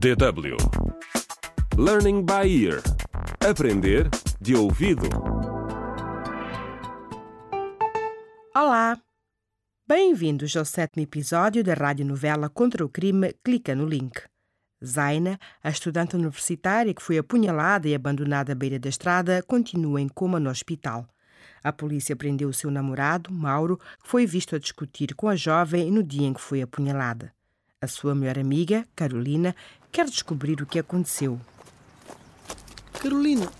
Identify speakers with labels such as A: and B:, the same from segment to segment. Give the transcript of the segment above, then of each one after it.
A: DW Learning by Ear Aprender de ouvido
B: Olá! Bem-vindos ao sétimo episódio da radionovela Contra o Crime Clica no Link. Zaina, a estudante universitária que foi apunhalada e abandonada à beira da estrada, continua em coma no hospital. A polícia prendeu o seu namorado, Mauro, que foi visto a discutir com a jovem no dia em que foi apunhalada. A sua melhor amiga, Carolina, quer descobrir o que aconteceu.
C: Carolina,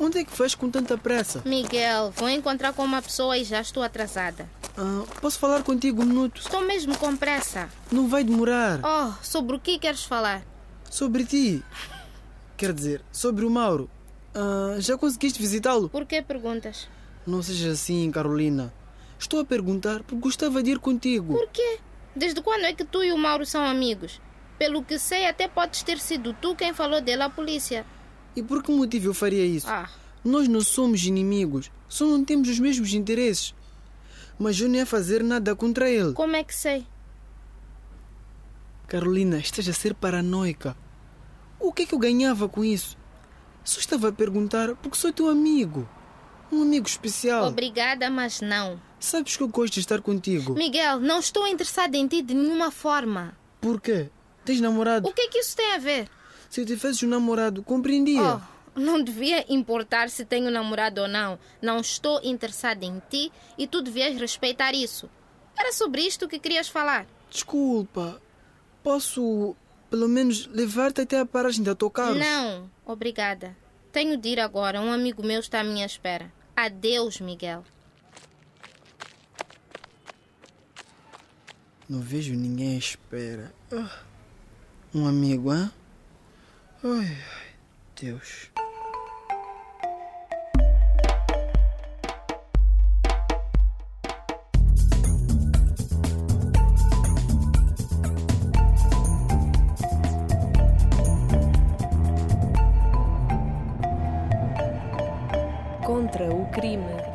C: onde é que vais com tanta pressa?
D: Miguel, vou encontrar com uma pessoa e já estou atrasada.
C: Ah, posso falar contigo um minuto?
D: Estou mesmo com pressa.
C: Não vai demorar.
D: Oh, sobre o que queres falar?
C: Sobre ti. Quer dizer, sobre o Mauro. Ah, já conseguiste visitá-lo?
D: Por que perguntas?
C: Não seja assim, Carolina. Estou a perguntar porque gostava de ir contigo.
D: Por quê? Desde quando é que tu e o Mauro são amigos? Pelo que sei, até podes ter sido tu quem falou dele à polícia.
C: E por que motivo eu faria isso?
D: Ah,
C: Nós não somos inimigos, só não temos os mesmos interesses. Mas eu não ia fazer nada contra ele.
D: como é que sei?
C: Carolina, estás a ser paranoica. O que é que eu ganhava com isso? Só estava a perguntar porque sou teu amigo. Um amigo especial.
D: Obrigada, mas não.
C: Sabes que eu gosto de estar contigo.
D: Miguel, não estou interessada em ti de nenhuma forma.
C: Por quê? Tens namorado?
D: O que é que isso tem a ver?
C: Se eu tivesses um namorado, compreendia.
D: Oh, não devia importar se tenho namorado ou não. Não estou interessada em ti e tu devias respeitar isso. Era sobre isto que querias falar.
C: Desculpa. Posso, pelo menos, levar-te até a paragem da Tocaros?
D: Não, obrigada. Tenho de ir agora. Um amigo meu está à minha espera. Adeus, Miguel.
C: Não vejo ninguém à espera. Ah. Um amigo, hã? Ai, ai, Deus.
E: Contra o crime.